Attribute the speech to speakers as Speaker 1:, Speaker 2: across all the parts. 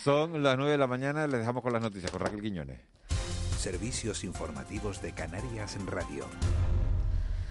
Speaker 1: Son las 9 de la mañana, les dejamos con las noticias con Raquel Quiñones.
Speaker 2: Servicios informativos de Canarias en Radio.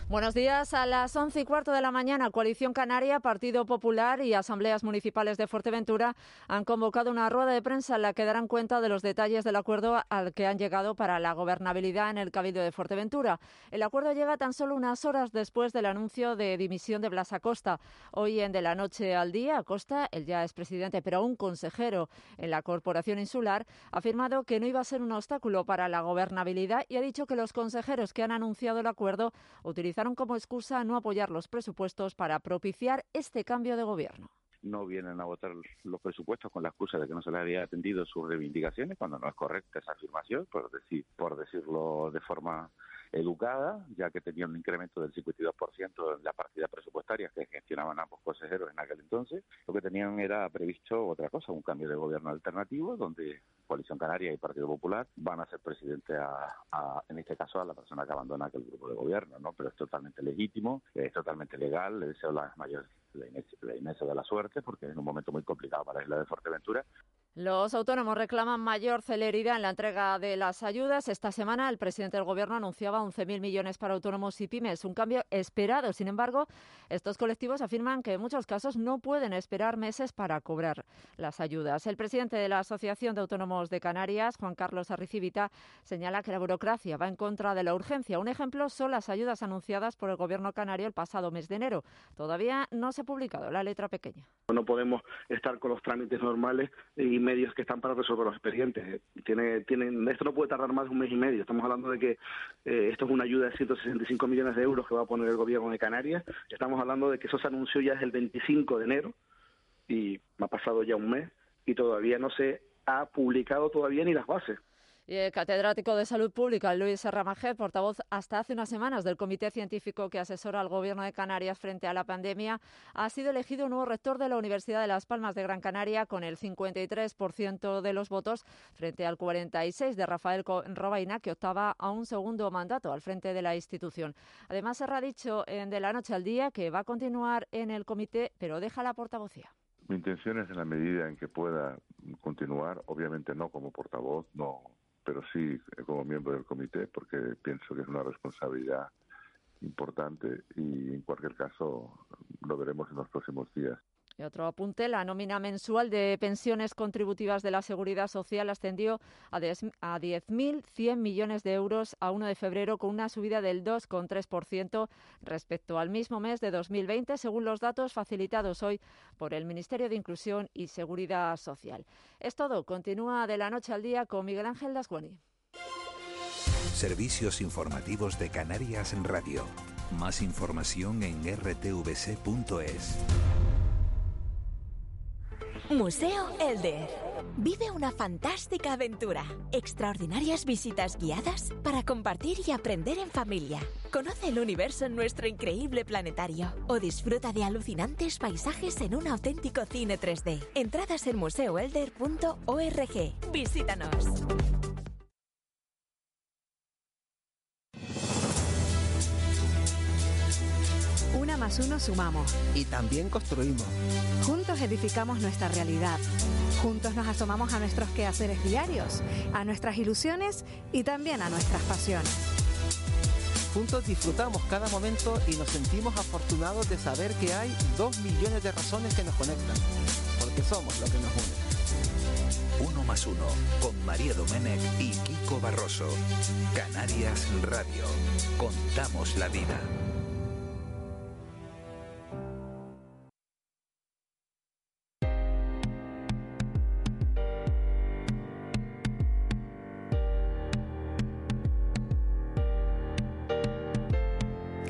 Speaker 3: Buenos días. A las once y cuarto de la mañana, Coalición Canaria, Partido Popular y Asambleas Municipales de Fuerteventura han convocado una rueda de prensa en la que darán cuenta de los detalles del acuerdo al que han llegado para la gobernabilidad en el Cabildo de Fuerteventura. El acuerdo llega tan solo unas horas después del anuncio de dimisión de Blas Acosta. Hoy en De la Noche al Día, Acosta, el ya expresidente, pero aún consejero en la Corporación Insular, ha afirmado que no iba a ser un obstáculo para la gobernabilidad y ha dicho que los consejeros que han anunciado el acuerdo utilizan como excusa no apoyar los presupuestos para propiciar este cambio de gobierno.
Speaker 4: No vienen a votar los presupuestos con la excusa de que no se les había atendido sus reivindicaciones, cuando no es correcta esa afirmación, por, decir, por decirlo de forma educada, ya que tenía un incremento del 52% en la partida presupuestaria que gestionaban ambos consejeros en aquel entonces. Lo que tenían era previsto otra cosa, un cambio de gobierno alternativo, donde Coalición Canaria y Partido Popular van a ser presidente, a, a, en este caso, a la persona que abandona aquel grupo de gobierno, ¿no? Pero es totalmente legítimo, es totalmente legal, le deseo las mayores la inmensa de la suerte, porque es un momento muy complicado para la isla de Fuerteventura.
Speaker 3: Los autónomos reclaman mayor celeridad en la entrega de las ayudas. Esta semana el presidente del Gobierno anunciaba 11.000 millones para autónomos y pymes, un cambio esperado. Sin embargo, estos colectivos afirman que en muchos casos no pueden esperar meses para cobrar las ayudas. El presidente de la Asociación de Autónomos de Canarias, Juan Carlos Arricivita, señala que la burocracia va en contra de la urgencia. Un ejemplo son las ayudas anunciadas por el Gobierno canario el pasado mes de enero. Todavía no se ha publicado la letra pequeña.
Speaker 5: No podemos estar con los trámites normales y medios que están para resolver los expedientes. Tiene, tienen, esto no puede tardar más de un mes y medio. Estamos hablando de que eh, esto es una ayuda de 165 millones de euros que va a poner el gobierno de Canarias. Estamos hablando de que eso se anunció ya desde el 25 de enero y ha pasado ya un mes y todavía no se ha publicado todavía ni las bases.
Speaker 3: Y el catedrático de Salud Pública, Luis Ramajed, portavoz hasta hace unas semanas del Comité Científico que asesora al Gobierno de Canarias frente a la pandemia, ha sido elegido nuevo rector de la Universidad de Las Palmas de Gran Canaria con el 53% de los votos frente al 46% de Rafael Robaina, que optaba a un segundo mandato al frente de la institución. Además, se ha dicho en De la Noche al Día que va a continuar en el comité, pero deja la portavocía.
Speaker 6: Mi intención es, en la medida en que pueda continuar, obviamente no como portavoz, no pero sí eh, como miembro del comité, porque pienso que es una responsabilidad importante y en cualquier caso lo veremos en los próximos días.
Speaker 3: Y otro apunte, la nómina mensual de pensiones contributivas de la Seguridad Social ascendió a 10.100 millones de euros a 1 de febrero con una subida del 2,3% respecto al mismo mes de 2020, según los datos facilitados hoy por el Ministerio de Inclusión y Seguridad Social. Es todo. Continúa de la noche al día con Miguel Ángel Dasguani.
Speaker 2: Servicios informativos de Canarias en Radio. Más información en rtvc.es.
Speaker 7: Museo Elder. Vive una fantástica aventura. Extraordinarias visitas guiadas para compartir y aprender en familia. Conoce el universo en nuestro increíble planetario o disfruta de alucinantes paisajes en un auténtico cine 3D. Entradas en museoelder.org. Visítanos.
Speaker 8: Una más uno sumamos.
Speaker 9: Y también construimos.
Speaker 8: Juntos edificamos nuestra realidad. Juntos nos asomamos a nuestros quehaceres diarios, a nuestras ilusiones y también a nuestras pasiones.
Speaker 9: Juntos disfrutamos cada momento y nos sentimos afortunados de saber que hay dos millones de razones que nos conectan, porque somos lo que nos une.
Speaker 2: Uno más uno, con María Domenech y Kiko Barroso. Canarias Radio. Contamos la vida.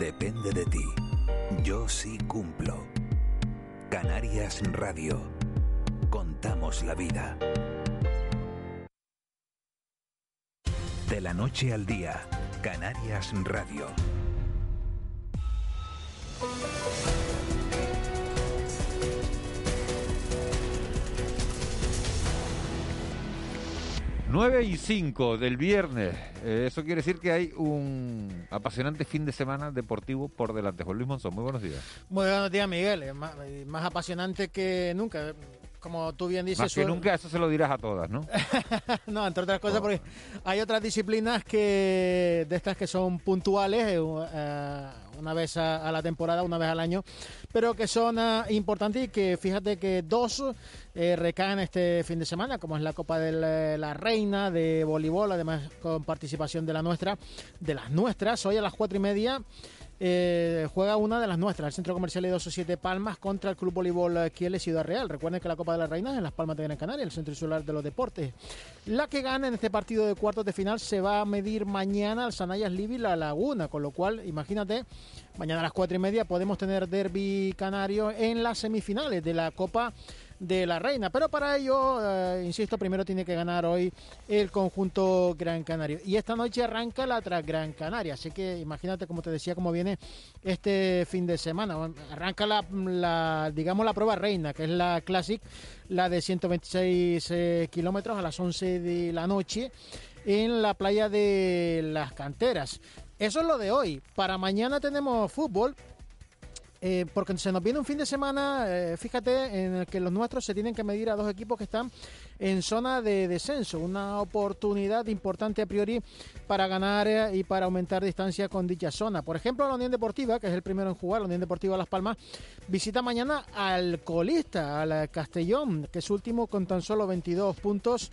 Speaker 10: Depende de ti. Yo sí cumplo. Canarias Radio. Contamos la vida. De la noche al día, Canarias Radio.
Speaker 1: Nueve y 5 del viernes. Eh, eso quiere decir que hay un apasionante fin de semana deportivo por delante. Juan Luis Monzón, muy buenos días.
Speaker 9: Muy buenos días, Miguel. Es más, más apasionante que nunca. Como tú bien dices,
Speaker 1: Más que
Speaker 9: su-
Speaker 1: nunca, eso se lo dirás a todas, ¿no?
Speaker 9: no, entre otras cosas, porque hay otras disciplinas que de estas que son puntuales, eh, u- eh, una vez a, a la temporada, una vez al año, pero que son ah, importantes y que fíjate que dos eh, recaen este fin de semana, como es la Copa de la, la Reina de voleibol, además con participación de la nuestra, de las nuestras, hoy a las cuatro y media. eh, juega una de las nuestras, el Centro Comercial de 207 Palmas contra el Club Voleibol eh, Kiel de Ciudad Real. Recuerden que la Copa de la Reina es en Las Palmas de Gran Canaria, el Centro Insular de los Deportes. La que gana en este partido de cuartos de final se va a medir mañana al Sanayas Libi La Laguna, con lo cual, imagínate, mañana a las cuatro y media podemos tener derby canario en las semifinales de la Copa de la Reina. Pero para ello, eh, insisto, primero tiene que ganar hoy el conjunto Gran Canario. Y esta noche arranca la tras Gran Canaria. Así que imagínate, como te decía, cómo viene este fin de semana. Arranca la, la, digamos, la prueba reina, que es la Classic, la de 126 eh, kilómetros a las 11 de la noche en la playa de las canteras. Eso es lo de hoy. Para mañana tenemos fútbol, eh, porque se nos viene un fin de semana, eh, fíjate, en el que los nuestros se tienen que medir a dos equipos que están en zona de descenso. Una oportunidad importante a priori para ganar eh, y para aumentar distancia con dicha zona. Por ejemplo, la Unión Deportiva, que es el primero en jugar, la Unión Deportiva Las Palmas, visita mañana al colista, al Castellón, que es último con tan solo 22 puntos.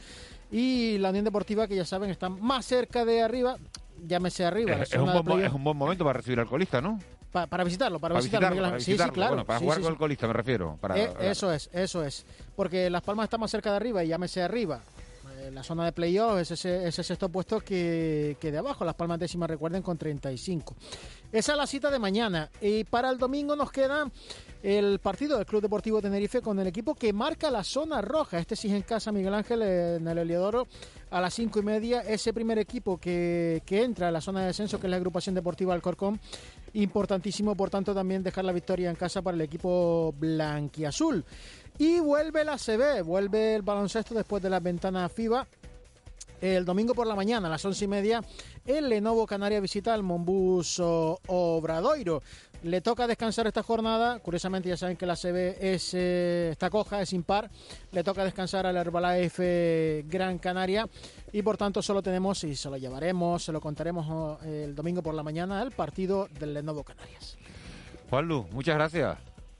Speaker 9: Y la Unión Deportiva, que ya saben, está más cerca de arriba, llámese arriba. la
Speaker 1: es, es
Speaker 9: zona
Speaker 1: un
Speaker 9: de
Speaker 1: buen, mo-
Speaker 9: playoff.
Speaker 1: es un buen momento para recibir al colista, ¿no?
Speaker 9: Pa- para visitarlo, para, visitarlo. Miguel
Speaker 1: para
Speaker 9: Ángel. Sí,
Speaker 1: visitarlo.
Speaker 9: sí, claro.
Speaker 1: Bueno, para
Speaker 9: Sí,
Speaker 1: jugar
Speaker 9: sí,
Speaker 1: con
Speaker 9: sí.
Speaker 1: el colista, me refiero. Para,
Speaker 9: Eh, eso es, eso es. Porque Las Palmas está más cerca de arriba y llámese arriba. Eh, La zona de playoff es ese, ese sexto puesto que, que de abajo. Las Palmas décimas, recuerden, con 35. Esa es la cita de mañana. Y para el domingo nos queda el partido del Club Deportivo Tenerife con el equipo que marca la zona roja. Este sí es en casa, Miguel Ángel, eh, en el Heliodoro, a las cinco y media. Ese primer equipo que, que entra a la zona de descenso, que es la agrupación deportiva Alcorcón, importantísimo por tanto también dejar la victoria en casa para el equipo blanquiazul y vuelve la CB vuelve el baloncesto después de la ventana FIBA el domingo por la mañana a las once y media el Lenovo Canaria visita al Monbus o- Obradoiro le toca descansar esta jornada curiosamente ya saben que la CB es eh, está coja es impar le toca descansar al Herbalife eh, Gran Canaria y por tanto solo tenemos y se lo llevaremos se lo contaremos oh, el domingo por la mañana el partido del Lenovo Canarias
Speaker 1: Juanlu, muchas gracias.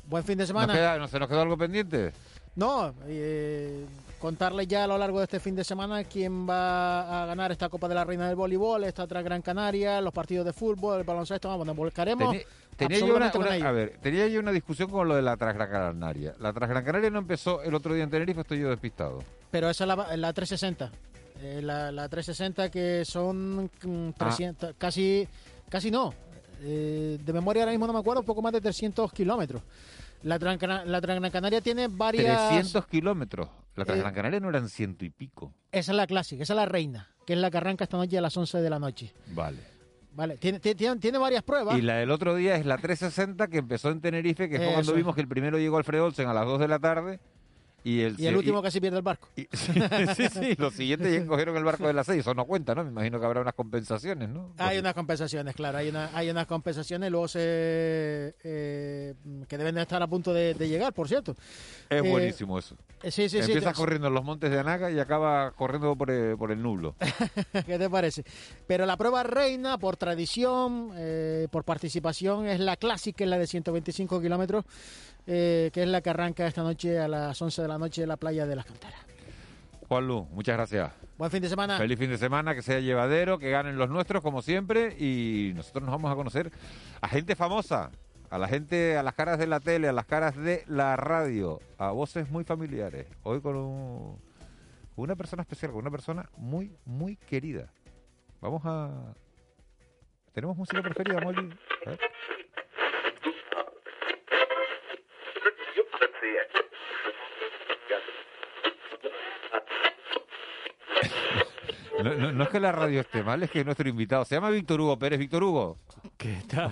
Speaker 9: buen fin de
Speaker 1: Nos
Speaker 9: semana
Speaker 1: queda- ¿no ¿Se nos quedó algo pendiente?
Speaker 9: no, eh, contarles ya a lo largo de este fin de semana quién va a ganar esta Copa de la Reina del Voleibol, esta otra Gran Canaria, los partidos de fútbol, el baloncesto, vamos, nos volcaremos.
Speaker 1: Tení- Tenía yo una,
Speaker 9: absolutamente con
Speaker 1: una-
Speaker 9: ello.
Speaker 1: a ver, tenía yo una discusión con lo de la Transgran Canaria. La Transgran Canaria no empezó el otro día en Tenerife, estoy yo despistado.
Speaker 9: Pero esa es la, la 360. eh, la, la 360 que son mm, 300, casi, casi no. eh, de memoria ahora mismo no me acuerdo, poco más de 300 kilómetros. La, Gran Cana- la Gran Canaria tiene varias...
Speaker 1: 300 kilómetros. La Transgran
Speaker 9: Eh,
Speaker 1: Canaria no eran ciento y pico.
Speaker 9: Esa es la clásica, esa es la reina, que es la que arranca esta noche a las 11 de la noche.
Speaker 1: Vale.
Speaker 9: Vale, tiene, tiene- tiene- tiene varias pruebas.
Speaker 1: Y la del otro día es la 360 que empezó en Tenerife, que fue
Speaker 9: Eso
Speaker 1: cuando
Speaker 9: es.
Speaker 1: vimos que el primero llegó Alfredo Olsen a las 2 de la tarde Y el,
Speaker 9: Y el último casi pierde el barco.
Speaker 1: sí, sí, los siguientes ya cogieron el barco de las seis, eso no cuenta, ¿no? Me imagino que habrá unas compensaciones, ¿no?
Speaker 9: Hay unas compensaciones, claro, hay, una, hay unas compensaciones, luego se, eh, que deben de estar a punto de, de llegar, por cierto.
Speaker 1: Es
Speaker 9: Eh,
Speaker 1: buenísimo eso.
Speaker 9: eh, sí, sí, sí,
Speaker 1: Empiezas
Speaker 9: te-
Speaker 1: corriendo en los montes de Anaga y acaba corriendo por el, por el nublo.
Speaker 9: ¿Qué te parece? Pero la prueba reina, por tradición, eh, por participación, es la clásica, es la de 125 kilómetros, eh, que es la que arranca esta noche a las 11 de la noche en la playa de Las Cantaras.
Speaker 1: Juanlu, muchas gracias.
Speaker 9: Buen fin de semana.
Speaker 1: Feliz fin de semana, que sea llevadero, que ganen los nuestros como siempre y nosotros nos vamos a conocer a gente famosa, a la gente, a las caras de la tele, a las caras de la radio, a voces muy familiares. Hoy con un- con una persona especial, con una persona muy, muy querida. Vamos a... ¿Tenemos música preferida, Molly? A ver. No, no- no es que la radio esté mal, es que nuestro invitado se llama Víctor Hugo Pérez. Víctor Hugo. ¿Qué tal?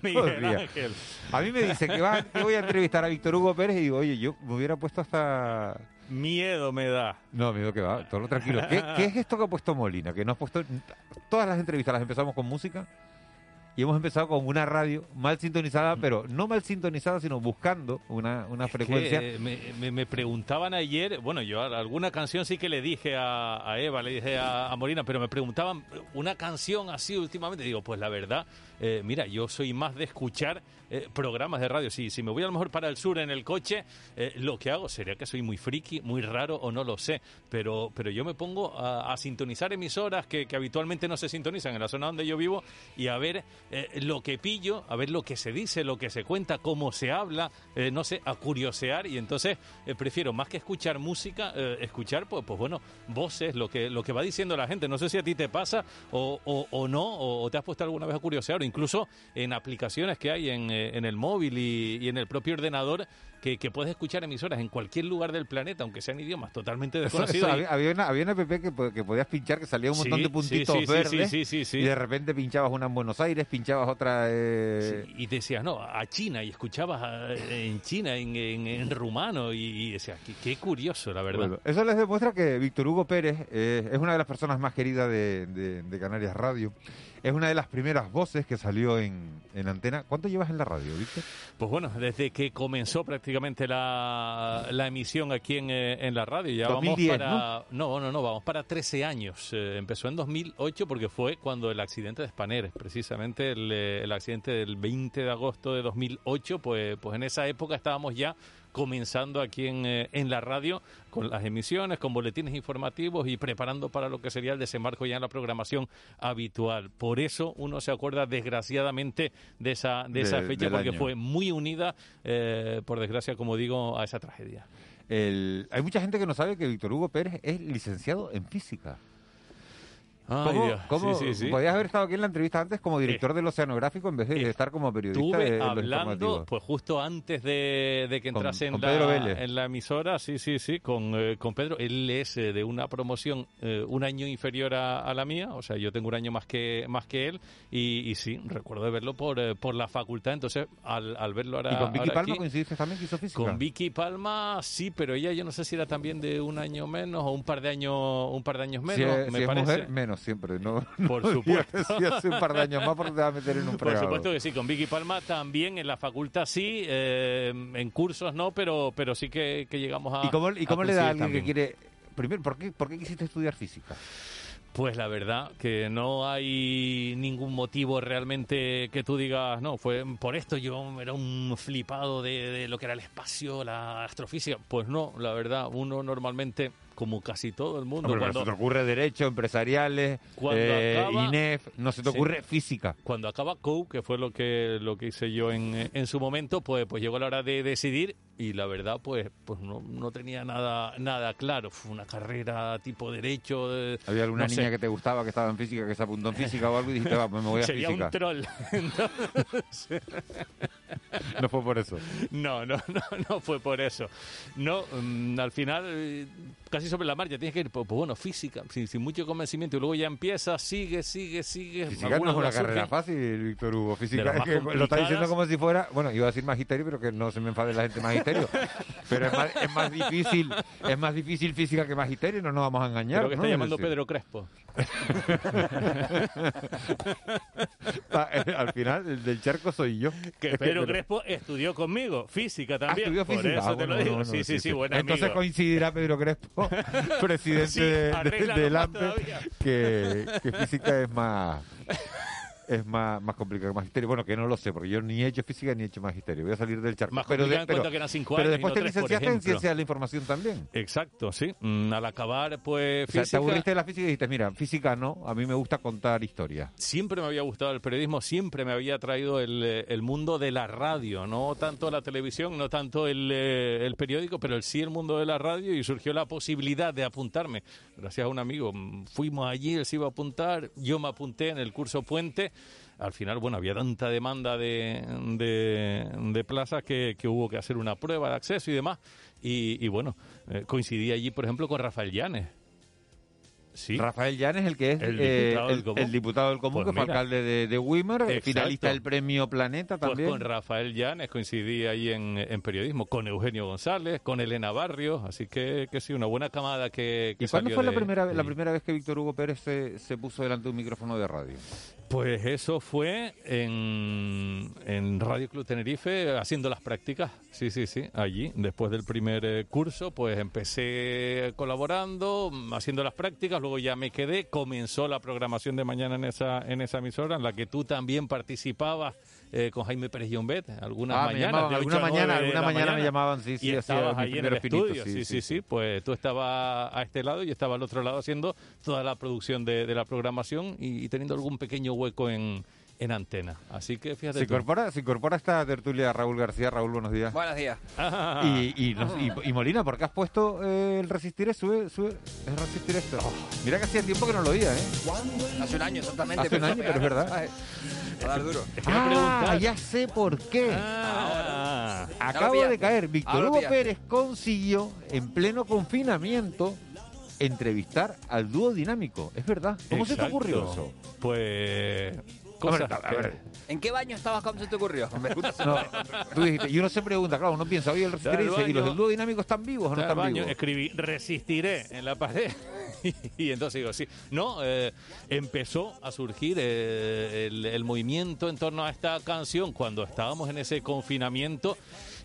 Speaker 2: Miguel Ángel.
Speaker 1: A mí me dice que, va- que voy a entrevistar a Víctor Hugo Pérez y digo, oye, yo me hubiera puesto hasta...
Speaker 2: Miedo me da.
Speaker 1: No, miedo que va, todo lo tranquilo. ¿Qué, qué es esto que ha puesto Molina? Que no ha puesto... Todas las entrevistas las empezamos con música y hemos empezado con una radio mal sintonizada, pero no mal sintonizada, sino buscando una, una frecuencia.
Speaker 2: Mm. Que, eh, me, me- me preguntaban ayer, bueno, yo a- alguna canción sí que le dije a, a Eva, le dije a, a Molina, pero me preguntaban una canción así últimamente. Digo, pues la verdad, eh, mira, yo soy más de escuchar eh, programas de radio. Si, si me voy a lo mejor para el sur en el coche, eh, lo que hago sería que soy muy friki, muy raro o no lo sé, pero, pero yo me pongo a, a sintonizar emisoras que, que habitualmente no se sintonizan en la zona donde yo vivo y a ver eh, lo que pillo, a ver lo que se dice, lo que se cuenta, cómo se habla, eh, no sé, a curiosear y entonces eh, prefiero más que escuchar música, eh, escuchar pues, pues bueno, voces, lo que, lo que va diciendo la gente. No sé si a ti te pasa o, o- o no, o, o te has puesto alguna vez a curiosear, o incluso en aplicaciones que hay en, eh, en el móvil y, y en el propio ordenador. Que, que puedes escuchar emisoras en cualquier lugar del planeta, aunque sean idiomas totalmente
Speaker 1: Eso-
Speaker 2: desconocidos.
Speaker 1: eso,
Speaker 2: y-
Speaker 1: había, había una, había una app que, po- que podías pinchar que salía un montón
Speaker 2: Sí,
Speaker 1: de
Speaker 2: sí,
Speaker 1: puntitos
Speaker 2: sí, sí, sí,
Speaker 1: verdes
Speaker 2: sí, sí, sí.
Speaker 1: y de repente pinchabas una en Buenos Aires, pinchabas otra... eh,
Speaker 2: Sí, y decías, no, a China, y escuchabas a- en China, en, en- en rumano, y, y decías, qué, qué curioso, la verdad.
Speaker 1: Bueno, eso les demuestra que Víctor Hugo Pérez eh, es una de las personas más queridas de, de- de Canarias Radio. Es una de las primeras voces que salió en, en antena. ¿Cuánto llevas en la radio, Víctor?
Speaker 2: Pues bueno, desde que comenzó prácticamente la, la emisión aquí en, eh, en la radio, ya
Speaker 1: 2010,
Speaker 2: vamos para... ¿no? no, no, vamos para 13 años. Eh, empezó en 2008 porque fue cuando el accidente de Spanair, precisamente el, eh, el accidente del 20 de agosto de 2008, pues, pues en esa época estábamos ya comenzando aquí en, eh, en la radio con las emisiones, con boletines informativos y preparando para lo que sería el desembarco ya en la programación habitual. Por eso uno se acuerda desgraciadamente de esa, de
Speaker 1: De-
Speaker 2: esa fecha
Speaker 1: del
Speaker 2: porque
Speaker 1: año.
Speaker 2: fue muy unida, eh, por desgracia, como digo, a esa tragedia.
Speaker 1: El- hay mucha gente que no sabe que Víctor Hugo Pérez es licenciado en física. Ah, ¿Cómo,
Speaker 2: Dios.
Speaker 1: cómo-
Speaker 2: Pues, eh, Sí, sí, sí.
Speaker 1: Podías haber estado aquí en la entrevista antes como director del Oceanográfico en vez de estar como periodista de,
Speaker 2: Estuve
Speaker 1: los
Speaker 2: hablando,
Speaker 1: informativos.
Speaker 2: pues justo antes de, de que
Speaker 1: Con-
Speaker 2: entrase
Speaker 1: con
Speaker 2: en,
Speaker 1: Pedro Vélez.
Speaker 2: la, en la emisora, sí, sí, sí, con, eh, con Pedro. Él es eh, de una promoción eh, un año inferior a, a la mía, o sea, yo tengo un año más que más que él, y, y sí, recuerdo de verlo por, eh, por la facultad, entonces al, al verlo ahora.
Speaker 1: y con Vicky
Speaker 2: ahora
Speaker 1: Palma
Speaker 2: aquí-
Speaker 1: coincidiste también que hizo física.
Speaker 2: Con Vicky Palma, sí, pero ella yo no sé si era también de un año menos o un par de años, un par de años
Speaker 1: Si
Speaker 2: menos,
Speaker 1: es-
Speaker 2: me
Speaker 1: si es
Speaker 2: parece.
Speaker 1: mujer, menos siempre. No,
Speaker 2: Por
Speaker 1: no digas
Speaker 2: supuesto.
Speaker 1: que Si hace un par de años más porque te vas a meter en un
Speaker 2: Por
Speaker 1: fregado.
Speaker 2: supuesto que sí, con Vicky Palma también en la facultad sí, eh, en cursos no, pero, pero sí que, que llegamos a.
Speaker 1: ¿Y cómo, y
Speaker 2: a
Speaker 1: cómo le da a
Speaker 2: coincidir
Speaker 1: alguien que
Speaker 2: ah, pues también.
Speaker 1: quiere... Primero, ¿por qué, ¿por qué quisiste estudiar física?
Speaker 2: Pues la verdad que no hay ningún motivo realmente que tú digas, no, fue por esto yo era un flipado de, de lo que era el espacio, la astrofísica. Pues no, la verdad, uno normalmente, como casi todo el mundo,
Speaker 1: Hombre, pero
Speaker 2: cuando,
Speaker 1: se te ocurre derecho, empresariales,
Speaker 2: Cuando
Speaker 1: eh,
Speaker 2: acaba-
Speaker 1: INEF, no se te
Speaker 2: Sí.
Speaker 1: ocurre física.
Speaker 2: cuando acaba COU, que fue lo que, lo que hice yo en, eh, en su momento, pues, pues llegó la hora de decidir y la verdad, pues, pues no, no tenía nada, nada claro. Fue una carrera tipo derecho. eh, de-
Speaker 1: ¿Había alguna
Speaker 2: no sé.
Speaker 1: niña que te gustaba que estaba en física, que se apuntó en física o algo y dijiste, va, pues me voy a
Speaker 2: Sería
Speaker 1: física?
Speaker 2: un troll. Entonces,
Speaker 1: No fue por eso.
Speaker 2: No, no, no, no fue por eso. No, mm, al final, eh, casi sobre la marcha, tienes que ir, pues, pues bueno, física, sin, sin mucho convencimiento, y luego ya empieza, sigue, sigue, sigue.
Speaker 1: Física no es una carrera fácil, Víctor Hugo. Física es que lo está diciendo como si fuera, bueno, iba a decir magisterio, pero que no se me enfade la gente magisterio. Pero es más, es más difícil, es más difícil física que magisterio, no nos vamos a engañar.
Speaker 2: Creo que está
Speaker 1: ¿no? Es
Speaker 2: llamando
Speaker 1: decir,
Speaker 2: Pedro Crespo.
Speaker 1: está- eh, al final, el del charco soy yo.
Speaker 2: Que Pedro Crespo estudió conmigo, física también.
Speaker 1: estudió
Speaker 2: por
Speaker 1: física.
Speaker 2: eso
Speaker 1: Ah,
Speaker 2: te
Speaker 1: bueno,
Speaker 2: lo digo.
Speaker 1: bueno,
Speaker 2: sí, sí, sí, buen amigo.
Speaker 1: Entonces coincidirá Pedro Crespo, presidente
Speaker 2: Sí,
Speaker 1: de- de,
Speaker 2: arréglalo
Speaker 1: de
Speaker 2: más
Speaker 1: LAMPE,
Speaker 2: todavía.
Speaker 1: que, que física es más es más, más complicado que magisterio. Bueno, que no lo sé, porque yo ni he hecho física ni he hecho magisterio. Voy a salir del charco.
Speaker 2: Más
Speaker 1: pero,
Speaker 2: complicado en cuanto que eran cinco
Speaker 1: pero
Speaker 2: años y
Speaker 1: después
Speaker 2: no
Speaker 1: te
Speaker 2: tres, por
Speaker 1: licenciaste en
Speaker 2: ejemplo.
Speaker 1: ciencia de la información también.
Speaker 2: Exacto, sí. Mm, al acabar, pues,
Speaker 1: O sea,
Speaker 2: física...
Speaker 1: te aburriste de la física y dijiste, mira, física no, a mí me gusta contar historias.
Speaker 2: siempre me había gustado el periodismo, siempre me había traído el, eh, el mundo de la radio, no tanto la televisión, no tanto el, eh, el periódico, pero el, sí el mundo de la radio y surgió la posibilidad de apuntarme. Gracias a un amigo, mm, fuimos allí, él se iba a apuntar, yo me apunté en el curso Puente. Al final, bueno, había tanta demanda de, de, de plazas que, que hubo que hacer una prueba de acceso y demás. Y, y bueno, eh, coincidí allí, por ejemplo, con Rafael Llanes. Sí.
Speaker 1: Rafael Llanes, el que es eh, el
Speaker 2: El diputado
Speaker 1: diputado,
Speaker 2: del
Speaker 1: del, común.
Speaker 2: Común. Pues
Speaker 1: que fue
Speaker 2: mira.
Speaker 1: alcalde de, de Wimmer, eh,
Speaker 2: Exacto.
Speaker 1: finalista del premio Planeta también.
Speaker 2: Pues con Rafael Llanes coincidí ahí en, en periodismo, con Eugenio González, con Elena Barrios, así que, que sí, una buena camada que, que
Speaker 1: ¿Y cuándo
Speaker 2: salió
Speaker 1: fue la
Speaker 2: de-
Speaker 1: primera,
Speaker 2: de
Speaker 1: la
Speaker 2: ahí.
Speaker 1: primera vez que Víctor Hugo Pérez se, se puso delante de un micrófono de radio?
Speaker 2: Pues eso fue en, en Radio Club Tenerife, haciendo las prácticas, sí, sí, sí, allí, después del primer eh, curso, pues empecé colaborando, mm, haciendo las prácticas, luego ya me quedé, comenzó la programación de mañana en esa, en esa emisora, en la que tú también participabas. eh, con Jaime Pérez Llombet, algunas
Speaker 1: Ah, me
Speaker 2: mañanas.
Speaker 1: llamaban,
Speaker 2: de
Speaker 1: alguna
Speaker 2: 8 a 9
Speaker 1: mañana,
Speaker 2: de
Speaker 1: alguna
Speaker 2: la
Speaker 1: mañana me llamaban, sí, sí,
Speaker 2: y
Speaker 1: hacía
Speaker 2: estabas
Speaker 1: mis
Speaker 2: ahí en el
Speaker 1: primeros pinitos,
Speaker 2: estudio,
Speaker 1: sí,
Speaker 2: sí,
Speaker 1: sí,
Speaker 2: sí, sí, pues tú estabas a este lado y yo estaba al otro lado haciendo toda la producción de, de la programación y, y teniendo algún pequeño hueco en, en antena. Así que fíjate.
Speaker 1: Se
Speaker 2: tú.
Speaker 1: incorpora, se incorpora a esta tertulia Raúl García. Raúl, buenos días.
Speaker 9: Buenos días.
Speaker 2: Ah.
Speaker 1: Y, y nos- y- y Molina, ¿por qué has puesto eh, el resistiré? Sube, sube, es resistir esto.
Speaker 2: Oh.
Speaker 1: Mira que hacía tiempo que no lo oía, ¿eh?
Speaker 9: Hace un año exactamente.
Speaker 1: Hace un año, pero es verdad.
Speaker 9: A dar duro.
Speaker 1: Ah, ya sé por qué.
Speaker 2: Ah.
Speaker 1: Acabo de caer. Víctor Hugo Pérez consiguió, en pleno confinamiento, entrevistar al dúo dinámico. Es verdad. ¿Cómo se te
Speaker 2: Exacto.
Speaker 1: ocurrió eso?
Speaker 2: Pues.
Speaker 1: Hombre,
Speaker 2: Cosas
Speaker 1: a ver,
Speaker 9: ¿En qué baño estabas cuando se te ocurrió?
Speaker 1: No, tú dijiste, y uno se pregunta, claro, uno piensa, oye, el
Speaker 2: Está al
Speaker 1: resistiré dice, ¿y los
Speaker 2: baño.
Speaker 1: del dúo dinámico están vivos o no
Speaker 2: Estaba al
Speaker 1: están
Speaker 2: baño,
Speaker 1: vivos?
Speaker 2: escribí resistiré en la pared. Y entonces digo, sí, no, eh, empezó a surgir eh, el, el movimiento en torno a esta canción cuando estábamos en ese confinamiento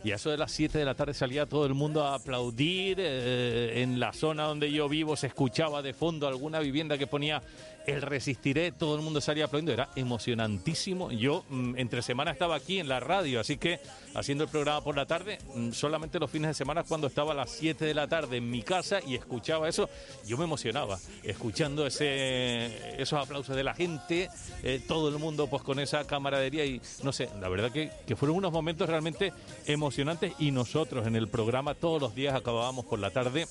Speaker 2: y a eso de las 7 de la tarde salía todo el mundo a aplaudir, eh, en la zona donde yo vivo se escuchaba de fondo alguna vivienda que ponía el resistiré, todo el mundo salía aplaudiendo, era emocionantísimo. Yo mm, entre semana estaba aquí en la radio, así que haciendo el programa por la tarde, mm, solamente los fines de semana cuando estaba a las 7 de la tarde en mi casa y escuchaba eso, yo me emocionaba, escuchando ese, esos aplausos de la gente, eh, todo el mundo pues con esa camaradería y no sé, la verdad que, que fueron unos momentos realmente emocionantes y nosotros en el programa todos los días acabábamos por la tarde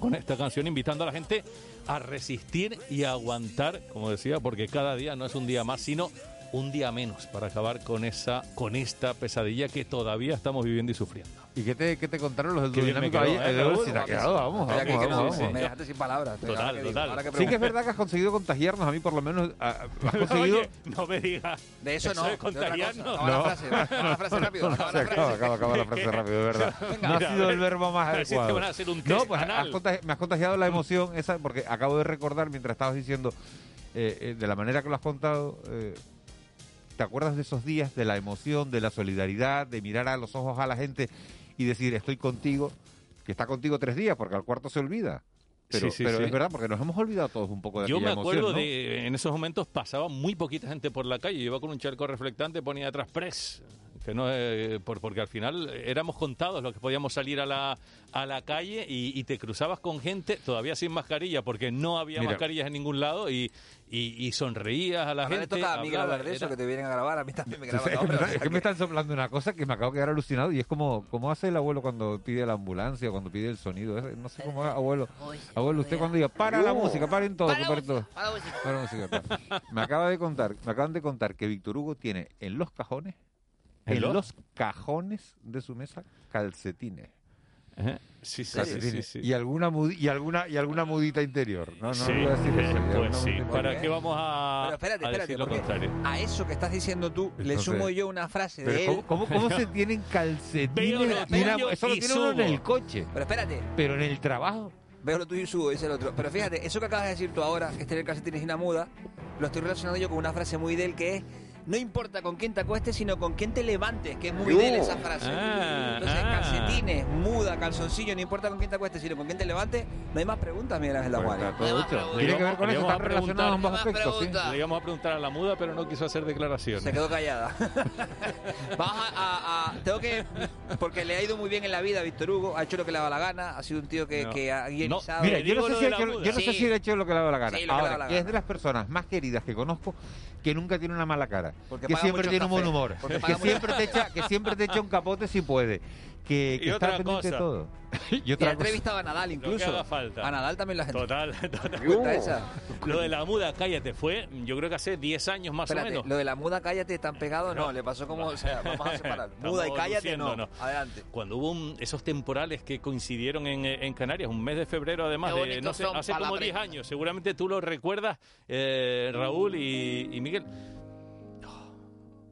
Speaker 2: con esta canción invitando a la gente a resistir y a aguantar, como decía, porque cada día no es un día más, sino un día menos para acabar con esa con esta pesadilla que todavía estamos viviendo y sufriendo.
Speaker 1: ¿Y qué te, qué te contaron los del
Speaker 2: Qué
Speaker 1: dúo
Speaker 2: bien me
Speaker 1: dinámico?
Speaker 2: quedó,
Speaker 1: ahí?
Speaker 2: ¿eh,
Speaker 1: El
Speaker 9: pues
Speaker 1: Raúl
Speaker 2: Raúl?
Speaker 1: se te ha quedado, vamos,
Speaker 2: Espera que-
Speaker 1: vamos,
Speaker 2: que no,
Speaker 1: vamos,
Speaker 2: sí, sí.
Speaker 9: Me
Speaker 1: vamos.
Speaker 9: dejaste sin palabras.
Speaker 2: Total,
Speaker 9: ahora que digo,
Speaker 2: total.
Speaker 9: ahora
Speaker 1: Sí que es verdad que has conseguido contagiarnos, a mí por lo menos ah, has conseguido...
Speaker 2: Oye, no me digas.
Speaker 9: De eso no,
Speaker 2: de
Speaker 9: de otra cosa.
Speaker 2: contagiarnos.
Speaker 9: Acaba la frase, acaba la frase rápido, acaba
Speaker 1: Se
Speaker 9: la
Speaker 1: acaba,
Speaker 9: frase.
Speaker 1: acaba, acaba la frase rápido, de verdad.
Speaker 9: Venga.
Speaker 1: no ha
Speaker 9: Mira,
Speaker 1: sido el verbo más
Speaker 2: parece que
Speaker 1: adecuado.
Speaker 2: van a hacer un
Speaker 1: no,
Speaker 2: test
Speaker 1: pues has
Speaker 2: anal.
Speaker 1: contagi- me has contagiado la emoción esa, porque acabo de recordar mientras estabas diciendo, eh, eh, de la manera que lo has contado, eh, ¿te acuerdas de esos días, de la emoción, de la solidaridad, de mirar a los ojos a la gente y decir, estoy contigo, que está contigo tres días, porque al cuarto se olvida? Pero,
Speaker 2: Sí, sí,
Speaker 1: pero
Speaker 2: sí.
Speaker 1: es verdad, porque nos hemos olvidado todos un poco de
Speaker 2: Yo me
Speaker 1: aquella
Speaker 2: acuerdo
Speaker 1: emoción, ¿no?
Speaker 2: de, en esos momentos pasaba muy poquita gente por la calle. Yo iba con un charco reflectante, ponía atrás press. Que no, eh, por- porque al final éramos contados los que podíamos salir a la, a la calle y, y te cruzabas con gente todavía sin mascarilla, porque no había
Speaker 1: Mira.
Speaker 2: mascarillas en ningún lado y, y- y sonreías a la
Speaker 9: Ahora
Speaker 2: gente.
Speaker 9: le toca a mí
Speaker 2: hablabas,
Speaker 9: grabar de eso,
Speaker 2: era-
Speaker 9: que te vienen a grabar, a mí también me graban.
Speaker 1: Es,
Speaker 9: hombre, o
Speaker 1: verdad,
Speaker 9: sea
Speaker 1: es que me están soplando una cosa que me acabo de quedar alucinado y es como, como hace el abuelo cuando pide la ambulancia, cuando pide el sonido. ese, No sé cómo haga, abuelo. Abuelo, usted cuando diga, para la
Speaker 9: No.
Speaker 1: música, paren todo,
Speaker 9: Uh. Para la
Speaker 1: paren todo.
Speaker 9: música, para la música.
Speaker 1: Para la música, para. Me acaba de contar, me acaban de contar que Víctor Hugo tiene en los cajones en
Speaker 5: lo-
Speaker 1: los cajones de su mesa calcetines.
Speaker 5: Ajá. Sí, sí,
Speaker 1: Calcetines.
Speaker 5: sí, sí, sí.
Speaker 1: Y alguna mudi- y alguna y alguna mudita interior. No, no,
Speaker 5: Sí,
Speaker 1: no voy a decir
Speaker 5: eh,
Speaker 1: eso, y alguna
Speaker 5: pues sí.
Speaker 1: mudita
Speaker 5: ¿Para
Speaker 1: interior.
Speaker 5: qué vamos a,
Speaker 1: Ah,
Speaker 2: Pero espérate,
Speaker 5: a
Speaker 2: espérate,
Speaker 5: decir lo
Speaker 2: porque
Speaker 5: contrario?
Speaker 2: a eso que estás diciendo tú le
Speaker 5: Entonces-
Speaker 2: sumo yo una frase de
Speaker 1: Pero
Speaker 2: él.
Speaker 1: ¿cómo, cómo, cómo se tienen
Speaker 2: Veo
Speaker 1: calcetines?
Speaker 2: lo
Speaker 1: y una-
Speaker 2: tuyo
Speaker 1: eso lo
Speaker 2: y
Speaker 1: tiene uno en
Speaker 2: subo.
Speaker 1: el coche.
Speaker 2: Pero espérate.
Speaker 1: Pero en el trabajo.
Speaker 2: Veo lo tuyo y subo, dice el otro. Pero fíjate, eso que acabas de decir tú ahora, que este es tener calcetines y una muda, lo estoy relacionando yo con una frase muy de él que es no importa con quién te acuestes, sino con quién te levantes, que es muy de él esa frase.
Speaker 5: Uh. Ah,
Speaker 2: Entonces,
Speaker 5: ah.
Speaker 2: calcetines, muda, calzoncillo, no importa con quién te acuestes, sino con quién te levantes, no hay más preguntas, Miguel Ángel Aguani.
Speaker 5: Pues Le íbamos- le íbamos a preguntar-
Speaker 2: Más preguntas.
Speaker 5: Le íbamos a preguntar a la muda, pero no quiso hacer declaraciones.
Speaker 2: Se quedó callada. Vamos a, a- a- Tengo que. Porque le ha ido muy bien en la vida a Víctor Hugo. Ha hecho lo que le daba la gana. Ha sido un tío que,
Speaker 1: No.
Speaker 2: que ha guionizado.
Speaker 1: Mira, yo no sé si ha hecho, yo no sé si
Speaker 2: Sí.
Speaker 1: ha hecho lo que le ha dado la gana.
Speaker 2: Sí, lo que le ha dado
Speaker 1: Ahora,
Speaker 2: la
Speaker 1: que es
Speaker 2: gana.
Speaker 1: de las personas más queridas que conozco que nunca tiene una mala cara,
Speaker 2: Porque
Speaker 1: que
Speaker 2: paga
Speaker 1: siempre
Speaker 2: mucho
Speaker 1: tiene un buen
Speaker 2: café,
Speaker 1: humor,
Speaker 2: porque
Speaker 1: que
Speaker 2: paga mucho-
Speaker 1: siempre te echa, que siempre te echa un capote si puede, que, que
Speaker 5: Y
Speaker 1: está
Speaker 5: otra
Speaker 1: pendiente de
Speaker 5: cosa.
Speaker 1: todo.
Speaker 5: Y
Speaker 1: y
Speaker 2: Y ha
Speaker 1: otra cosa.
Speaker 2: entrevistado a Nadal
Speaker 5: Lo que
Speaker 2: incluso.
Speaker 5: haga falta.
Speaker 2: A Nadal también la gente.
Speaker 5: Total, total.
Speaker 2: cuenta esa?
Speaker 5: Lo de la muda, cállate, fue yo creo que hace 10 años más
Speaker 2: Espérate,
Speaker 5: o menos.
Speaker 2: lo de la muda cállate tan pegado, no, le pasó como, o sea, vamos a separar. Muda y
Speaker 5: Estamos
Speaker 2: cállate,
Speaker 5: luciendo,
Speaker 2: no. Adelante.
Speaker 5: Cuando hubo un- esos temporales que coincidieron en, eh, en Canarias, un mes de febrero además,
Speaker 2: Qué
Speaker 5: de,
Speaker 2: bonitos
Speaker 5: no sé,
Speaker 2: son
Speaker 5: hace
Speaker 2: para la
Speaker 5: como 10
Speaker 2: prensa.
Speaker 5: años, seguramente tú lo recuerdas, eh, Raúl y, y Miguel.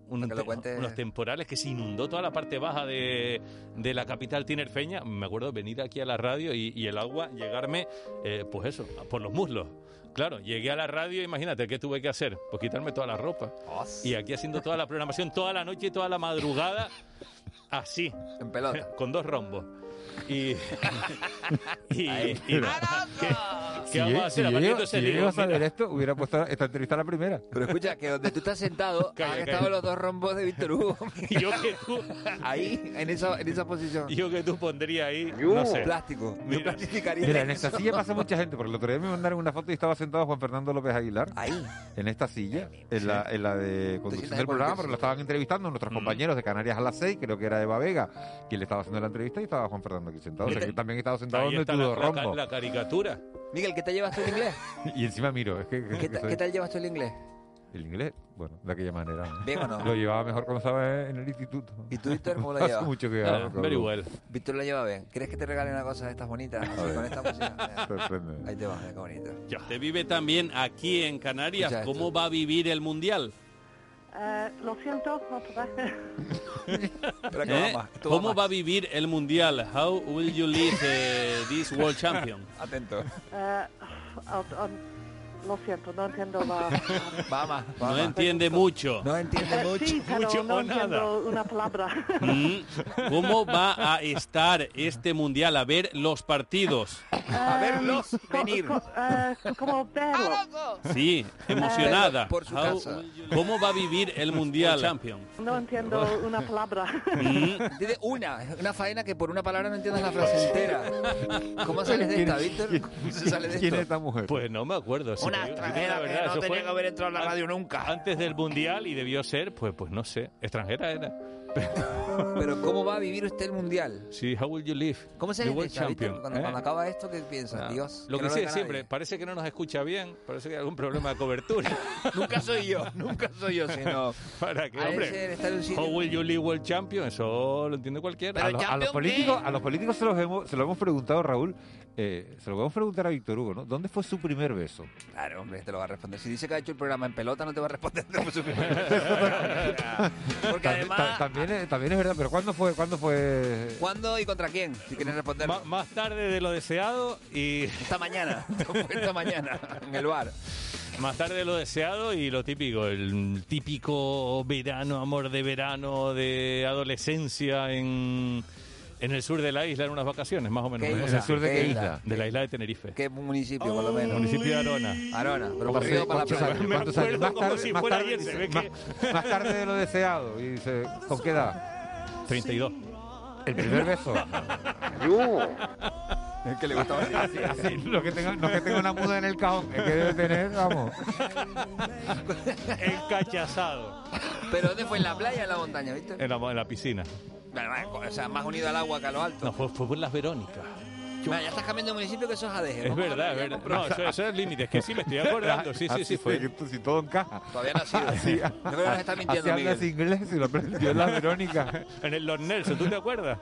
Speaker 5: Un
Speaker 2: Para que lo
Speaker 5: te-
Speaker 2: cuentes.
Speaker 5: unos temporales que se inundó toda la parte baja de, de la capital tinerfeña. Me acuerdo venir aquí a la radio y, y el agua llegarme, eh, pues eso, por los muslos. Claro, llegué a la radio, imagínate, ¿qué tuve que hacer? Pues quitarme toda la ropa.
Speaker 2: Ah,
Speaker 5: Y aquí haciendo toda la programación, toda la noche y toda la madrugada, así.
Speaker 2: En pelota.
Speaker 5: Con dos rombos. Y... y, y- ¿Qué,
Speaker 1: Si
Speaker 5: qué vamos
Speaker 1: yo-
Speaker 5: a hacer?
Speaker 1: si yo
Speaker 5: Aparte,
Speaker 1: llego-
Speaker 5: entonces
Speaker 1: si yo
Speaker 5: digo,
Speaker 1: llego a saber
Speaker 5: mira,
Speaker 1: esto, hubiera puesto esta entrevista a la primera.
Speaker 2: Pero escucha, que donde tú estás sentado, han estado los dos rombos de Víctor Hugo.
Speaker 5: yo que tú.
Speaker 2: Ahí, en esa, en esa posición.
Speaker 5: yo que tú pondría ahí,
Speaker 2: Yo,
Speaker 5: no sé.
Speaker 2: plástico. Yo
Speaker 5: Mira,
Speaker 2: plastificaría
Speaker 1: Mira,
Speaker 2: eso.
Speaker 1: en esta silla pasa mucha gente, porque el otro día me mandaron una foto y estaba sentado Juan Fernando López Aguilar. En esta silla, en la, en la de conducción del programa, porque lo estaban entrevistando nuestros
Speaker 2: Mm.
Speaker 1: compañeros de Canarias a las 6, creo que era Eva Vega, quien le estaba haciendo la entrevista y estaba Juan Fernando aquí sentado. O sea, que también estaba sentado
Speaker 5: ahí
Speaker 1: donde
Speaker 5: está
Speaker 1: tu
Speaker 5: la, la ca-
Speaker 1: rombo.
Speaker 5: la caricatura.
Speaker 2: Miguel, ¿qué te llevas tú en inglés?
Speaker 1: Y encima miro, es que, que-
Speaker 2: ¿Qué,
Speaker 1: que
Speaker 2: ta-
Speaker 1: soy-
Speaker 2: qué tal llevas tú el inglés?
Speaker 1: el inglés, bueno, de aquella manera. ¿no?
Speaker 2: ¿Bien o no?
Speaker 1: Lo llevaba mejor cuando estaba en el instituto.
Speaker 2: ¿Y tú, Víctor, cómo lo
Speaker 1: Hace
Speaker 2: llevas?
Speaker 1: mucho que
Speaker 5: Ah,
Speaker 1: hablo con Lu.
Speaker 2: Víctor lo lleva bien. ¿Quieres que te regale una cosa de estas bonitas?
Speaker 1: ver.
Speaker 2: Con esta música.
Speaker 1: Sorprende.
Speaker 2: Ahí te vas, mira qué bonito.
Speaker 11: Usted vive también aquí en Canarias.
Speaker 2: Escucha esto.
Speaker 11: ¿Cómo va a vivir el Mundial?
Speaker 12: Eh, lo siento, no puedo.
Speaker 2: que va
Speaker 11: ¿Eh?
Speaker 2: más, esto va
Speaker 11: ¿Cómo va a vivir el Mundial? How will you live eh, this World Champion?
Speaker 2: Atento.
Speaker 12: Eh, out- on- lo siento, no entiendo la...
Speaker 2: Vamos.
Speaker 11: No entiende mucho.
Speaker 2: No entiende
Speaker 12: Eh, sí, pero
Speaker 11: mucho
Speaker 12: no
Speaker 11: o nada.
Speaker 12: entiendo una palabra.
Speaker 11: Mm. ¿Cómo va a estar este Mundial? A ver los partidos.
Speaker 12: A verlos venir. eh, como verlo.
Speaker 11: Sí, emocionada.
Speaker 12: Por su
Speaker 11: How
Speaker 12: casa.
Speaker 11: will you- ¿Cómo va a vivir el Mundial? Champion.
Speaker 12: No entiendo una palabra.
Speaker 2: Entiende una, una faena que por una palabra no entiendas la frase entera. ¿Cómo sales de esta, Víctor? ¿Cómo se sale de esto?
Speaker 1: esta mujer?
Speaker 5: Pues no me acuerdo. si
Speaker 2: Una
Speaker 5: te digo- si te digo
Speaker 2: extranjera
Speaker 5: la
Speaker 2: que
Speaker 5: verdad,
Speaker 2: no
Speaker 5: eso
Speaker 2: tenía
Speaker 5: fue
Speaker 2: que haber entrado en la
Speaker 5: an-
Speaker 2: radio nunca.
Speaker 5: Antes del mundial y debió ser, pues, pues no sé, extranjera era.
Speaker 2: Pero ¿cómo va a vivir usted el mundial?
Speaker 5: Sí, how will you live?
Speaker 2: ¿Cómo se
Speaker 5: The
Speaker 2: le
Speaker 5: world
Speaker 2: echa, Víctor?
Speaker 5: champion,
Speaker 2: Cuando,
Speaker 5: ¿eh?
Speaker 2: cuando acaba esto, ¿qué piensas?
Speaker 5: Ah,
Speaker 2: Dios.
Speaker 5: Lo que,
Speaker 2: no
Speaker 5: sí
Speaker 2: vea
Speaker 5: siempre,
Speaker 2: nadie.
Speaker 5: parece que no nos escucha bien, parece que hay algún problema de cobertura.
Speaker 2: nunca soy yo, nunca soy yo, sino.
Speaker 5: ¿Para qué,
Speaker 2: A
Speaker 5: hombre?
Speaker 2: veces estar en un sitio-
Speaker 5: How will you live world champion? Eso lo entiende cualquiera.
Speaker 1: a, los, a los políticos, a los políticos se, los hemos, se lo hemos preguntado, Raúl, eh, se lo podemos preguntar a Víctor Hugo, ¿no? ¿Dónde fue su primer beso?
Speaker 2: Claro, hombre, te lo va a responder. Si dice que ha hecho el programa en pelota, no te va a responder. por supuesto. Porque
Speaker 1: Tam- ta-
Speaker 2: además,
Speaker 1: también, es- también es verdad, pero ¿cuándo fue? ¿Cuándo fue?
Speaker 2: ¿cuándo y contra quién? Si quieres responder.
Speaker 5: más tarde de lo deseado y...
Speaker 2: Esta mañana, esta mañana, en el bar.
Speaker 5: Más tarde lo deseado y lo típico, el típico verano, amor de verano, de adolescencia en, en el sur de la isla, en unas vacaciones, más o menos.
Speaker 2: ¿Qué
Speaker 5: ¿En
Speaker 2: isla?
Speaker 5: el sur de
Speaker 2: ¿Qué
Speaker 5: qué
Speaker 2: isla?
Speaker 5: isla? De la isla de Tenerife.
Speaker 2: ¿Qué municipio, por lo menos?
Speaker 5: Municipio de Arona.
Speaker 2: Arona, pero
Speaker 5: Como
Speaker 2: corrido
Speaker 5: si-
Speaker 2: para la
Speaker 5: cuántos
Speaker 2: playa.
Speaker 5: años- Me cuántos años- acuerdo más como tarde- si más fuera tarde ayer, dice, se ve que-
Speaker 1: Más tarde de lo deseado. Y dice, ¿con qué edad?
Speaker 5: 32.
Speaker 1: ¿El primer beso?
Speaker 2: Es que le gustaba
Speaker 1: así, así, no que tenga, no que tenga una muda en el cajón, es que debe tener, vamos.
Speaker 5: Encachazado.
Speaker 2: ¿Pero dónde fue? ¿En la playa o en la montaña, viste?
Speaker 5: En la, en la piscina.
Speaker 2: Bueno, bueno, O sea, más unido al agua que a lo alto.
Speaker 5: No, fue, fue por las Verónicas.
Speaker 2: Nah, ya estás cambiando de municipio que eso es ADG.
Speaker 5: Es verdad, es verdad. No, eso, eso es límite. Es que sí, me estoy acordando. Sí, sí, sí.
Speaker 1: Así
Speaker 5: Fue.
Speaker 1: que tú- Si todo encaja.
Speaker 2: Todavía no ha sido.
Speaker 1: Así-
Speaker 2: Yo creo que nos está mintiendo,
Speaker 1: así hablas
Speaker 2: Miguel.
Speaker 1: inglés y lo aprendió la Verónica.
Speaker 5: En el Los Nelson, ¿tú te acuerdas?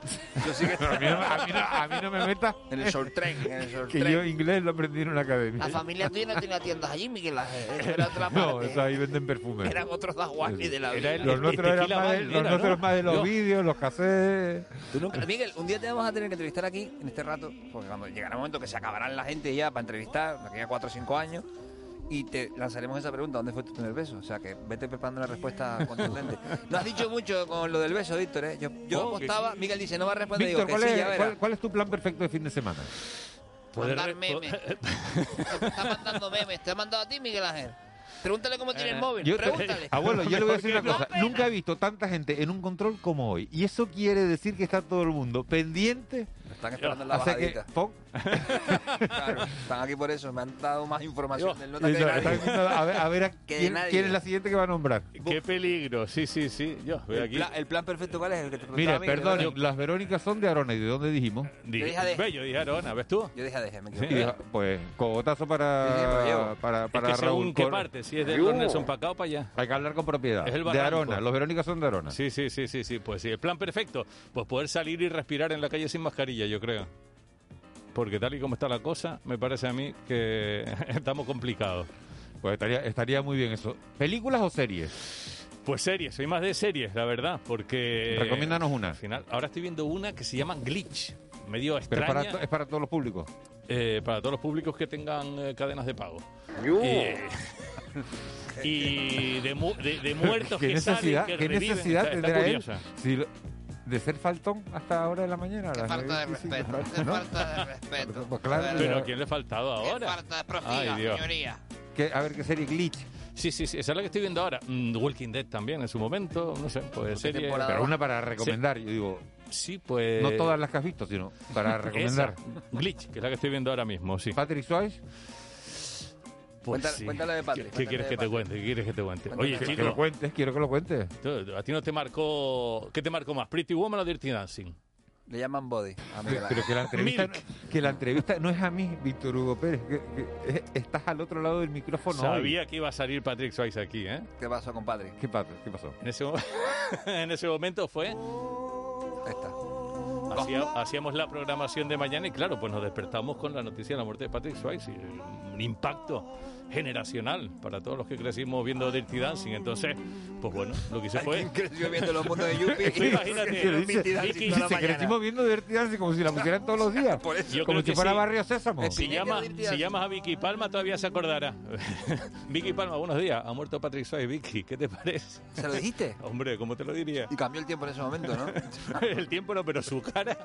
Speaker 2: Yo sí que...
Speaker 1: a, mí no, a mí no- a mí no me metas.
Speaker 2: En el short train, en el short
Speaker 1: Que
Speaker 2: train.
Speaker 1: yo inglés lo aprendí en una academia.
Speaker 2: La familia tuya no tenía tiendas allí, Miguel Ángel. Eso Era otra parte.
Speaker 1: No, eso ahí venden perfumes.
Speaker 2: Eran otros Daswani de la vida.
Speaker 1: los nuestros eran más de, los, nuestros más de los vídeos, los cassettes.
Speaker 2: Miguel, un día te vamos a tener que entrevistar aquí, en este rato, porque cuando llegará el momento que se acabarán la gente ya para entrevistar, de aquí a 4 o 5 años, y te lanzaremos esa pregunta, ¿dónde fue tu primer beso? O sea, que vete preparando una respuesta contundente. No has dicho mucho con lo del beso, Víctor, ¿eh? Yo, yo
Speaker 1: Oh, que
Speaker 2: apostaba, Miguel dice, no va a responder,
Speaker 1: Víctor,
Speaker 2: digo
Speaker 1: ¿cuál,
Speaker 2: que sí,
Speaker 1: es,
Speaker 2: ya verá.
Speaker 1: cuál- cuál es tu plan perfecto de fin de semana?
Speaker 2: Mandar memes. está mandando memes. ¿Te ha mandado a ti, Miguel Ángel? Pregúntale cómo tiene el móvil.
Speaker 1: Yo-
Speaker 2: Pregúntale.
Speaker 1: abuelo, yo le voy a decir una cosa. Nunca he visto tanta gente en un control como hoy. Y eso quiere decir que está todo el mundo pendiente.
Speaker 2: Están esperando en la
Speaker 1: O sea que,
Speaker 2: bajadita.
Speaker 1: pon-
Speaker 2: Claro, están aquí por eso. Me han dado más información del nota
Speaker 1: y
Speaker 2: que
Speaker 1: eh, no,
Speaker 2: de
Speaker 1: están
Speaker 2: nadie.
Speaker 1: viendo a ver, a ver a
Speaker 2: Que de
Speaker 1: quién,
Speaker 2: nadie.
Speaker 1: quién es la siguiente que va a nombrar.
Speaker 5: Qué peligro. Sí, sí, sí. Yo, veo
Speaker 2: El
Speaker 5: aquí.
Speaker 2: plan, el plan perfecto, ¿cuál es? El que te
Speaker 1: Mire,
Speaker 2: preguntaba Miguel,
Speaker 1: perdón,
Speaker 2: ¿verdad?
Speaker 1: las Verónicas son de Arona. ¿Y de dónde dijimos?
Speaker 2: Yo dije ADG.
Speaker 5: Ve, yo dije Arona, ¿ves tú?
Speaker 2: Yo dije ADG, me
Speaker 1: Sí,
Speaker 2: equivoqué.
Speaker 1: pues, cogotazo
Speaker 2: Sí, sí, pero
Speaker 1: para,
Speaker 2: yo-
Speaker 1: para,
Speaker 5: Es
Speaker 1: para
Speaker 5: que según
Speaker 1: Raúl
Speaker 5: qué
Speaker 1: Cor-
Speaker 5: parte, si es de
Speaker 1: Yo.
Speaker 5: Cornelson para acá o para allá.
Speaker 1: Hay que hablar con propiedad.
Speaker 5: Es el
Speaker 1: de
Speaker 5: barranco.
Speaker 1: Arona, los Verónicas son de Arona.
Speaker 5: Sí, sí, sí, sí, sí. Pues sí, el plan perfecto. Pues poder salir y respirar en la calle sin mascarilla, yo creo. Porque tal y como está la cosa, me parece a mí que estamos complicados.
Speaker 1: Pues estaría, estaría muy bien eso. ¿Películas o series?
Speaker 5: Pues series, soy más de series, la verdad, porque...
Speaker 1: Recomiéndanos una.
Speaker 5: Al final, ahora estoy viendo una que se llama Glitch, medio
Speaker 1: Pero es
Speaker 5: extraña.
Speaker 1: para, to- es para todos los públicos.
Speaker 5: eh, para todos los públicos que tengan eh, cadenas de pago.
Speaker 1: uh,
Speaker 5: Eh, y de, mu- de- de muertos
Speaker 1: ¿Qué
Speaker 5: que salen,
Speaker 1: necesidad,
Speaker 5: que
Speaker 1: ¿qué
Speaker 5: reviven,
Speaker 1: necesidad
Speaker 5: está- está
Speaker 1: tendrá él
Speaker 5: curiosa.
Speaker 1: si lo- de ser faltón hasta ahora de la mañana? a las
Speaker 2: Falta de
Speaker 1: nueve y cinco,
Speaker 2: respeto.
Speaker 1: ¿no?
Speaker 2: Qué falta de respeto.
Speaker 1: Pues claro,
Speaker 5: Pero
Speaker 1: ya-
Speaker 5: ¿a quién le ha faltado ahora?
Speaker 2: Falta de
Speaker 5: Ay,
Speaker 2: profiga,
Speaker 5: Dios.
Speaker 2: señoría.
Speaker 1: que- a ver qué serie glitch.
Speaker 5: Sí, sí, sí, esa es la que estoy viendo ahora. Mm, Walking Dead también en su momento, no sé, pues serie.
Speaker 2: temporada?
Speaker 1: Pero una para recomendar, yo digo.
Speaker 5: Sí, pues.
Speaker 1: No todas las que has visto, sino para recomendar.
Speaker 5: Esa, Glitch, que es la que estoy viendo ahora mismo, sí.
Speaker 1: Patrick Swayze.
Speaker 5: Pues
Speaker 2: Cuéntale-
Speaker 5: sí.
Speaker 2: cuéntale de Patrick,
Speaker 5: ¿Qué- ¿Qué,
Speaker 2: cuéntale
Speaker 5: quieres
Speaker 2: de
Speaker 5: que te
Speaker 2: Patrick.
Speaker 5: cuente? ¿Qué quieres que te cuente?
Speaker 2: Cuéntale
Speaker 5: Oye,
Speaker 2: de
Speaker 1: Que lo
Speaker 5: chico,
Speaker 1: cuentes, quiero que lo cuentes.
Speaker 5: tú- a ti no te marcó. ¿Qué te marcó más? ¿Pretty Woman o Dirty Dancing?
Speaker 2: Le llaman body a Miguel
Speaker 1: Pero que la entrevista, que la entrevista no es a mí, Víctor Hugo Pérez. que- que- eh, estás al otro lado del micrófono. hoy.
Speaker 5: Sabía que iba a salir Patrick Swayze aquí, ¿eh?
Speaker 2: Ángel. ¿Qué pasó, compadre?
Speaker 1: ¿Qué pasó? ¿Qué pasó?
Speaker 5: En ese, mo- en ese momento fue.
Speaker 2: Ahí está.
Speaker 5: Hacía- hacíamos la programación de mañana y claro, pues nos despertamos con la noticia de la muerte de Patrick Swayze. Un impacto generacional para todos los que crecimos viendo Dirty Dancing. Entonces, pues bueno, lo que hice
Speaker 2: Hay
Speaker 5: fue...
Speaker 2: quien creció viendo los mundos de Yuppie.
Speaker 5: Sí, imagínate.
Speaker 2: Que lo
Speaker 5: Dice-
Speaker 2: viste
Speaker 5: Vicky,
Speaker 2: toda la
Speaker 1: Dice que
Speaker 2: mañana.
Speaker 1: crecimos viendo Dirty Dancing como si la pusieran todos los días.
Speaker 2: Por eso.
Speaker 5: Yo
Speaker 1: como
Speaker 5: creo
Speaker 1: si
Speaker 5: que
Speaker 1: fuera
Speaker 5: sí.
Speaker 1: Barrio Sésamo.
Speaker 5: Si,
Speaker 2: Pineta
Speaker 5: llama-
Speaker 2: Dirty
Speaker 5: si
Speaker 2: Dancing.
Speaker 5: llamas a Vicky Palma todavía se acordará. Vicky Palma, buenos días. Ha muerto Patrick Swayze. Vicky, ¿qué te parece?
Speaker 2: ¿Se lo dijiste?
Speaker 5: Hombre, ¿cómo te lo diría?
Speaker 2: Y cambió el tiempo en ese momento, ¿no?
Speaker 5: El tiempo no, pero su cara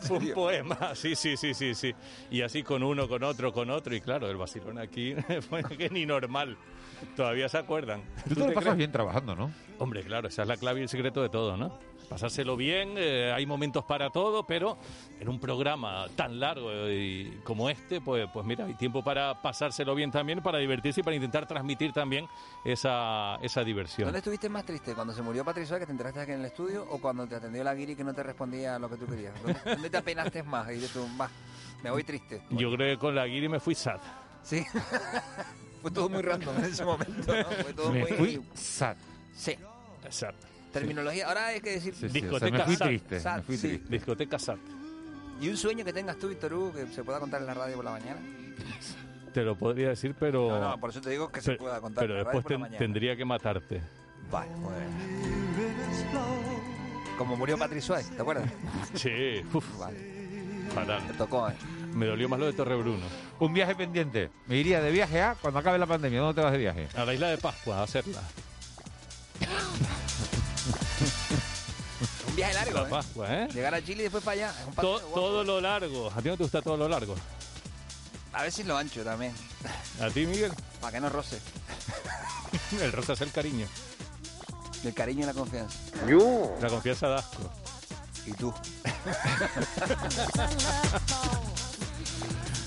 Speaker 5: fue un poema. Sí, sí, sí, sí, sí. Y así con uno, con otro, con otro. Y claro, el vacilón aquí fue que ni normal. Todavía se acuerdan.
Speaker 1: Tú te lo pasas bien trabajando, ¿no?
Speaker 5: Hombre, claro, esa es la clave y el secreto de todo, ¿no? Pasárselo bien, eh, hay momentos para todo, pero en un programa tan largo eh, y como este, pues, pues mira, hay tiempo para pasárselo bien también, para divertirse y para intentar transmitir también esa, esa diversión.
Speaker 2: ¿Dónde estuviste más triste? ¿Cuando se murió Patrick Suárez que te enteraste aquí en el estudio o cuando te atendió la guiri que no te respondía a lo que tú querías? ¿Dónde, dónde te apenaste más? Y dices tú, más, me voy triste.
Speaker 5: Yo creo que con la guiri me fui sad.
Speaker 2: Sí. Fue todo muy random en ese momento, ¿no? Fue todo
Speaker 1: Me
Speaker 2: muy...
Speaker 1: fui sad.
Speaker 2: Sí.
Speaker 5: Sad.
Speaker 2: Terminología. Ahora hay que decir...
Speaker 1: Sí, sí, o sea,
Speaker 5: Discoteca
Speaker 1: me fui
Speaker 5: sad,
Speaker 1: triste.
Speaker 2: sad,
Speaker 1: me fui
Speaker 2: sí.
Speaker 1: triste.
Speaker 5: Discoteca sad.
Speaker 2: ¿Y un sueño que tengas tú, Víctor Hugo, que se pueda contar en la radio por la mañana?
Speaker 5: Te lo podría decir, pero...
Speaker 2: No, no, por eso te digo que se
Speaker 5: pero,
Speaker 2: pueda contar
Speaker 5: pero
Speaker 2: en la radio
Speaker 5: después
Speaker 2: por la
Speaker 5: ten-
Speaker 2: mañana.
Speaker 5: tendría que matarte.
Speaker 2: Vale, muy bien. Como murió Patrick Suárez, ¿te acuerdas?
Speaker 5: Sí, uf,
Speaker 2: Vale,
Speaker 5: fatal.
Speaker 2: te tocó, ¿eh?
Speaker 5: Me dolió más lo de Torre Bruno.
Speaker 1: Un viaje pendiente. Me iría de viaje a cuando acabe la pandemia. ¿Dónde te vas de viaje?
Speaker 5: A la isla de Pascua, a hacerla.
Speaker 2: Un viaje
Speaker 5: La
Speaker 2: largo, ¿eh?
Speaker 5: Pascua, ¿eh?
Speaker 2: Llegar a Chile y después para allá. es un paseo
Speaker 5: To-
Speaker 2: guapo.
Speaker 5: todo lo largo. ¿A ti no te gusta todo lo largo?
Speaker 2: A veces lo ancho también,
Speaker 5: ¿A ti, Miguel?
Speaker 2: para que no roce.
Speaker 5: El rosa es el cariño.
Speaker 2: El cariño y la confianza.
Speaker 5: La confianza da asco.
Speaker 2: Y tú.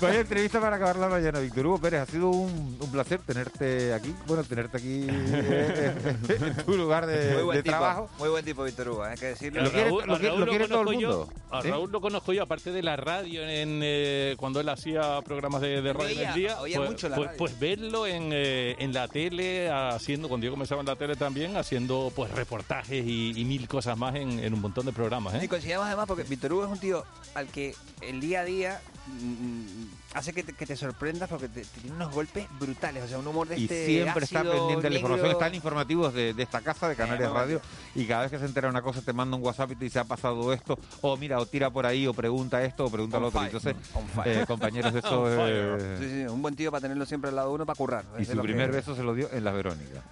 Speaker 1: Vaya Pues entrevista para acabar la mañana, Víctor Hugo Pérez. Ha sido un, un placer tenerte aquí. Bueno, tenerte aquí eh, en tu lugar de,
Speaker 2: muy buen
Speaker 1: Eh, de
Speaker 2: tipo,
Speaker 1: trabajo.
Speaker 2: Muy buen tipo, Víctor Hugo, eh, hay que decirlo.
Speaker 5: A Raúl- a Raúl
Speaker 1: todo el
Speaker 5: conozco yo-
Speaker 1: mundo,
Speaker 5: a
Speaker 1: ¿sí?
Speaker 5: Raúl lo conozco yo, aparte de la radio, en, eh, cuando él hacía programas de, de radio en
Speaker 2: Oía-
Speaker 5: el día.
Speaker 2: oía
Speaker 5: pues,
Speaker 2: mucho la
Speaker 5: pues-
Speaker 2: radio.
Speaker 5: pues verlo en, eh, en la tele, haciendo, cuando yo comenzaba en la tele también, haciendo pues reportajes y, y mil cosas más en, en un montón de programas.
Speaker 2: Y
Speaker 5: ¿eh?
Speaker 2: coincidíamos además porque Víctor Hugo es un tío al que el día a día mm, hace que te, que te sorprendas porque te, te tiene unos golpes brutales. O sea, un humor de
Speaker 1: Y
Speaker 2: este
Speaker 1: siempre está
Speaker 2: ácido,
Speaker 1: pendiente de la información.
Speaker 2: negro.
Speaker 1: Están informativos de, de esta casa, de Canarias
Speaker 2: muy
Speaker 1: Radio. Y cada vez que se entera una cosa, te manda un WhatsApp y te dice, ha pasado esto. O mira, o tira por ahí, o pregunta esto, o pregunta lo
Speaker 2: On
Speaker 1: otro.
Speaker 2: fire,
Speaker 1: Entonces,
Speaker 2: on fire.
Speaker 1: eh, compañeros, eso
Speaker 2: On
Speaker 1: es...
Speaker 2: fire. Sí, sí, un buen tío para tenerlo siempre al lado de uno para currar.
Speaker 1: Y
Speaker 2: Es de
Speaker 1: su
Speaker 2: los que-
Speaker 1: primer beso se lo dio en la Verónica.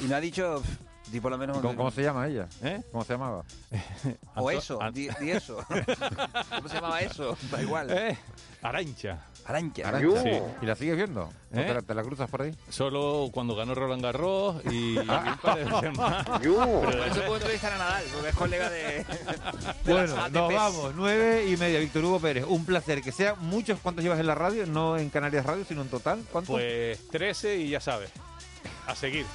Speaker 2: Y no ha dicho, pff, di por lo menos...
Speaker 1: ¿Y ¿Cómo, cómo se llama ella?
Speaker 5: ¿Eh?
Speaker 1: ¿Cómo se llamaba?
Speaker 2: O eso, di, di eso. ¿Cómo se llamaba eso? Da igual.
Speaker 5: Eh, Arancha.
Speaker 2: Arancha.
Speaker 1: Arancha. ¿Y la sigues viendo? ¿O
Speaker 5: ¿Eh?
Speaker 1: te, la, te la cruzas por ahí?
Speaker 5: Solo cuando ganó Roland Garros y un par de veces más.
Speaker 2: Por
Speaker 5: Pero-
Speaker 2: eso puedo entrevistar a Nadal, porque es colega de...
Speaker 1: Bueno, nos
Speaker 2: ATPs.
Speaker 1: vamos, nueve y media, Víctor Hugo Pérez. Un placer, que sea muchos cuántos llevas en la radio, no en Canarias Radio, sino en total. ¿Cuántos?
Speaker 5: Pues 13 y ya sabes. A seguir.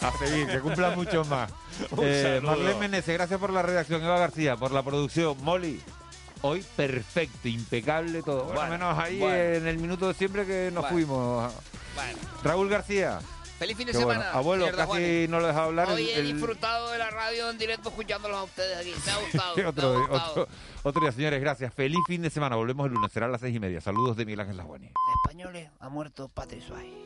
Speaker 1: A seguir, que cumpla muchos más.
Speaker 5: Un
Speaker 1: Eh,
Speaker 5: saludo.
Speaker 1: Marlene Meneses, gracias por la redacción. Eva García, por la producción. Molly, hoy perfecto, impecable todo. Bueno,
Speaker 2: Bueno,
Speaker 1: menos ahí
Speaker 2: bueno.
Speaker 1: eh, en el minuto de siempre que nos
Speaker 2: Bueno.
Speaker 1: fuimos.
Speaker 2: Bueno.
Speaker 1: Raúl García.
Speaker 2: Feliz fin de
Speaker 1: Qué bueno.
Speaker 2: semana.
Speaker 1: Abuelo,
Speaker 2: señor
Speaker 1: casi
Speaker 2: Dajuanes.
Speaker 1: no lo he dejado hablar.
Speaker 2: Hoy
Speaker 1: El-
Speaker 2: he
Speaker 1: el-
Speaker 2: disfrutado de la radio en directo escuchándolos a ustedes aquí. Me ha gustado. me ha
Speaker 1: otro, día,
Speaker 2: gustado.
Speaker 1: otro, otro día, señores, gracias. Feliz fin de semana. Volvemos el lunes, será a las seis y media. Saludos de Miguel Ángel Lasguani.
Speaker 2: españoles ha muerto Patrick Suárez.